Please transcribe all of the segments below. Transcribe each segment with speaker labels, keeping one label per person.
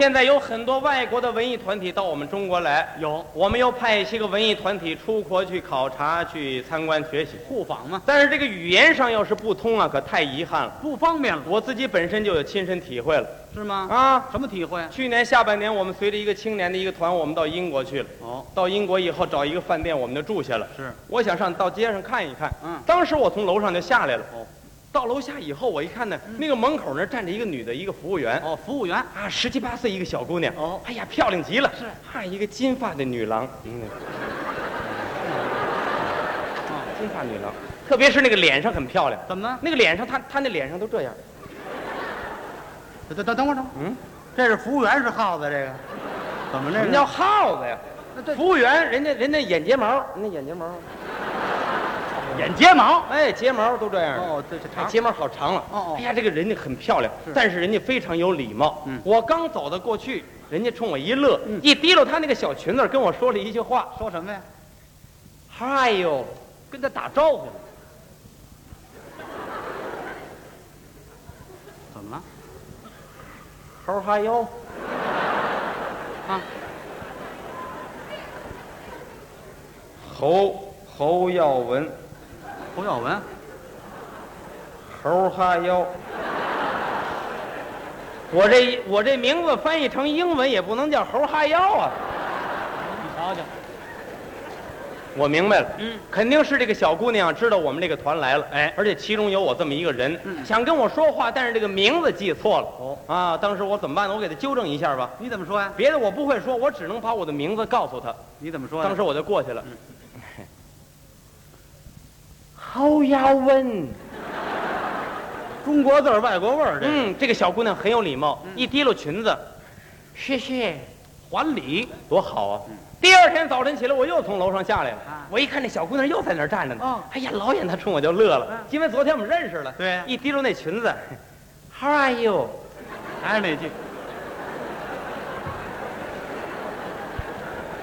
Speaker 1: 现在有很多外国的文艺团体到我们中国来，
Speaker 2: 有
Speaker 1: 我们又派一些个文艺团体出国去考察、去参观学习。
Speaker 2: 互访嘛，
Speaker 1: 但是这个语言上要是不通啊，可太遗憾了。
Speaker 2: 不方便了，
Speaker 1: 我自己本身就有亲身体会了
Speaker 2: 是吗？
Speaker 1: 啊。
Speaker 2: 什么体会？
Speaker 1: 去年下半年，我们随着一个青年的一个团，我们到英国去了。
Speaker 2: 哦，
Speaker 1: 到英国以后，找一个饭店我们就住下了。
Speaker 2: 是，
Speaker 1: 我想上到街上看一看。
Speaker 2: 嗯，
Speaker 1: 当时我从楼上就下来了。
Speaker 2: 哦，嗯
Speaker 1: 到楼下以后，我一看呢，那个门口那儿站着一个女的，一个服务员。
Speaker 2: 哦，服务员，
Speaker 1: 啊，十七八岁一个小姑娘，
Speaker 2: 哦
Speaker 1: 哎呀，漂亮极了，
Speaker 2: 是
Speaker 1: 啊，一个金发的女郎，嗯，
Speaker 2: 哦
Speaker 1: 金发女郎，特别是那个脸上很漂亮，
Speaker 2: 怎么了？
Speaker 1: 那个脸上她她那脸上都这样，
Speaker 2: 等等等会儿，等会儿
Speaker 1: 嗯，
Speaker 2: 这是服务员是耗子，这个怎么
Speaker 1: 什
Speaker 2: 这
Speaker 1: 么
Speaker 2: 个
Speaker 1: 叫耗子呀？
Speaker 2: 那对
Speaker 1: 服务员，人家人家眼睫毛，人家眼睫毛，
Speaker 2: 眼哦睫毛？
Speaker 1: 哎，睫毛都这样的。
Speaker 2: 哦，这这
Speaker 1: 哎，
Speaker 2: 长
Speaker 1: 睫毛好长了。
Speaker 2: 哦哦
Speaker 1: 哎呀，这个人家很漂亮，
Speaker 2: 是
Speaker 1: 但是人家非常有礼貌。
Speaker 2: 嗯
Speaker 1: 我刚走到过去，人家冲我一乐，
Speaker 2: 嗯
Speaker 1: 一提溜她那个小裙子儿，跟我说了一句话
Speaker 2: 说什么呀？：“
Speaker 1: 嗨哟，
Speaker 2: 跟他打招呼呢。怎么了？
Speaker 1: 猴嗨哟。”
Speaker 2: 啊，
Speaker 1: 侯侯耀文，
Speaker 2: 侯耀文，
Speaker 1: 猴哈腰。我这我这名字翻译成英文也不能叫猴哈腰啊！
Speaker 2: 你瞧瞧，
Speaker 1: 我明白了，
Speaker 2: 嗯，
Speaker 1: 肯定是这个小姑娘知道我们这个团来了，哎，而且其中有我这么一个人，
Speaker 2: 嗯
Speaker 1: 想跟我说话，但是这个名字记错了。哦，啊，当时我怎么办呢？我给她纠正一下吧。
Speaker 2: 你怎么说呀？
Speaker 1: 别的我不会说，我只能把我的名字告诉她。
Speaker 2: 你怎么说呀？
Speaker 1: 当时我就过去了
Speaker 2: 嗯。
Speaker 1: 侯耀文。
Speaker 2: 中国字儿外国味儿，这个
Speaker 1: 嗯，这个小姑娘很有礼貌，
Speaker 2: 嗯
Speaker 1: 一提溜裙子，谢谢，
Speaker 2: 还礼。
Speaker 1: 多好啊！第二天早晨起来，我又从楼上下来了，
Speaker 2: 嗯啊
Speaker 1: 我一看那小姑娘又在那儿站着呢，
Speaker 2: 哦
Speaker 1: 哎呀，老远她冲我就乐了，
Speaker 2: 嗯
Speaker 1: 因为昨天我们认识了，
Speaker 2: 对
Speaker 1: 一提溜那裙子，How are you？
Speaker 2: 还是那句，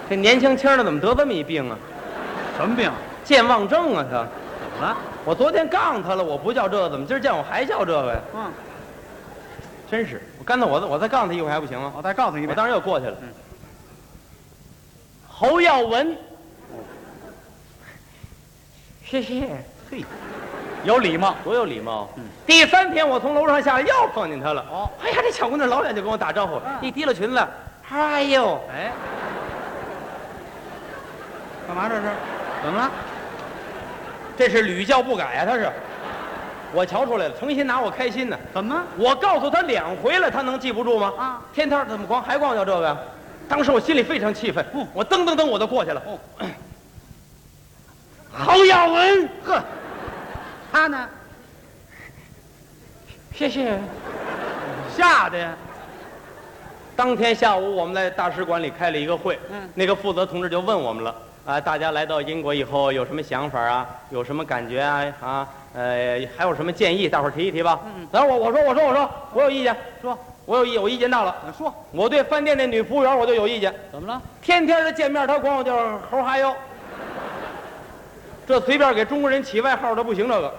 Speaker 1: 这年轻轻的怎么得这么一病啊？
Speaker 2: 什么病？
Speaker 1: 健忘症啊，她。
Speaker 2: 怎么了？
Speaker 1: 我昨天杠她了，我不叫这个，怎么今儿见我还叫这个呀？
Speaker 2: 嗯，
Speaker 1: 真是，我干脆我再我再杠她一回还不行吗？
Speaker 2: 我再告诉你一
Speaker 1: 我
Speaker 2: 遍。
Speaker 1: 当时又过去了
Speaker 2: 嗯。
Speaker 1: 侯耀文，谢谢，
Speaker 2: 嘿，有礼貌。
Speaker 1: 多有礼貌
Speaker 2: 嗯。
Speaker 1: 第三天我从楼上下来又碰见他了。
Speaker 2: 哦，
Speaker 1: 哎呀，这小姑娘老远就跟我打招呼，
Speaker 2: 嗯
Speaker 1: 一提了裙子，How are you？
Speaker 2: 哎，干嘛这是？怎么了？
Speaker 1: 这是屡教不改啊，她是。我瞧出来了，成心拿我开心呢。
Speaker 2: 怎么？
Speaker 1: 我告诉她两回了，她能记不住吗？
Speaker 2: 啊，
Speaker 1: 天天怎么光还光叫这个呀？当时我心里非常气愤，
Speaker 2: 嗯
Speaker 1: 我噔噔噔我就过去了。
Speaker 2: 哦
Speaker 1: 侯耀文，呵。
Speaker 2: 他呢？
Speaker 1: 谢谢。
Speaker 2: 吓的呀！
Speaker 1: 当天下午，我们在大使馆里开了一个会，
Speaker 2: 嗯
Speaker 1: 那个负责同志就问我们了，啊、大家来到英国以后有什么想法啊？有什么感觉啊？啊，呃，还有什么建议？大伙儿提一提吧。
Speaker 2: 嗯，
Speaker 1: 然后我我说我说我说我有意见，
Speaker 2: 说，
Speaker 1: 我有意我意见到了，
Speaker 2: 你说
Speaker 1: 我对饭店那女服务员我就有意见，
Speaker 2: 怎么了？
Speaker 1: 天天的见面她管我叫猴哈腰，这随便给中国人起外号都不行，这个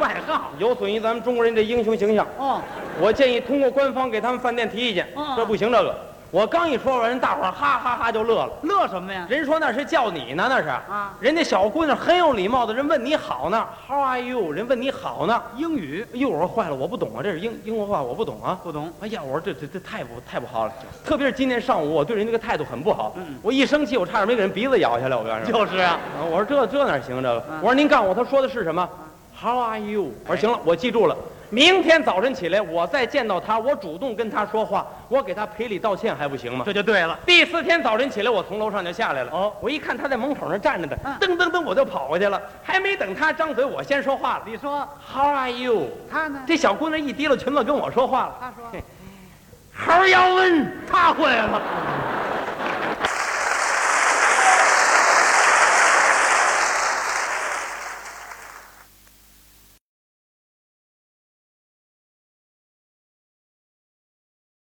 Speaker 2: 外号。
Speaker 1: 有损于咱们中国人这英雄形象。
Speaker 2: 哦，
Speaker 1: 我建议通过官方给他们饭店提意见，
Speaker 2: 嗯
Speaker 1: 这不行，这个。我刚一说完，人大伙儿哈哈哈就乐了。
Speaker 2: 乐什么呀？
Speaker 1: 人说那是叫你呢，那是
Speaker 2: 啊
Speaker 1: 人家小姑娘很有礼貌的，人问你好呢，How are you？人问你好呢。
Speaker 2: 英语
Speaker 1: 哎呦，我说坏了，我不懂啊，这是英英国话，我不懂啊。
Speaker 2: 不懂。
Speaker 1: 哎呀，我说这这这太不太不好了，特别是今天上午，我对人这个态度很不好。
Speaker 2: 嗯
Speaker 1: 我一生气，我差点没给人鼻子咬下来。我告诉你，
Speaker 2: 就是啊，
Speaker 1: 啊我说这这哪行这个？
Speaker 2: 嗯
Speaker 1: 我说您告诉我他说的是什么？How are you？我说行了，我记住了。明天早晨起来，我再见到他，我主动跟他说话，我给他赔礼道歉，还不行吗？
Speaker 2: 这就对了。
Speaker 1: 第四天早晨起来，我从楼上就下来了。哦，我一看他在门口那儿站着呢
Speaker 2: 嗯，
Speaker 1: 噔噔噔，我就跑过去了。还没等他张嘴，我先说话了
Speaker 2: 你说
Speaker 1: ：“How are you？”
Speaker 2: 他呢？
Speaker 1: 这小姑娘一提溜裙子跟我说话了：“
Speaker 2: 他说
Speaker 1: 猴儿要问，
Speaker 2: 他会了。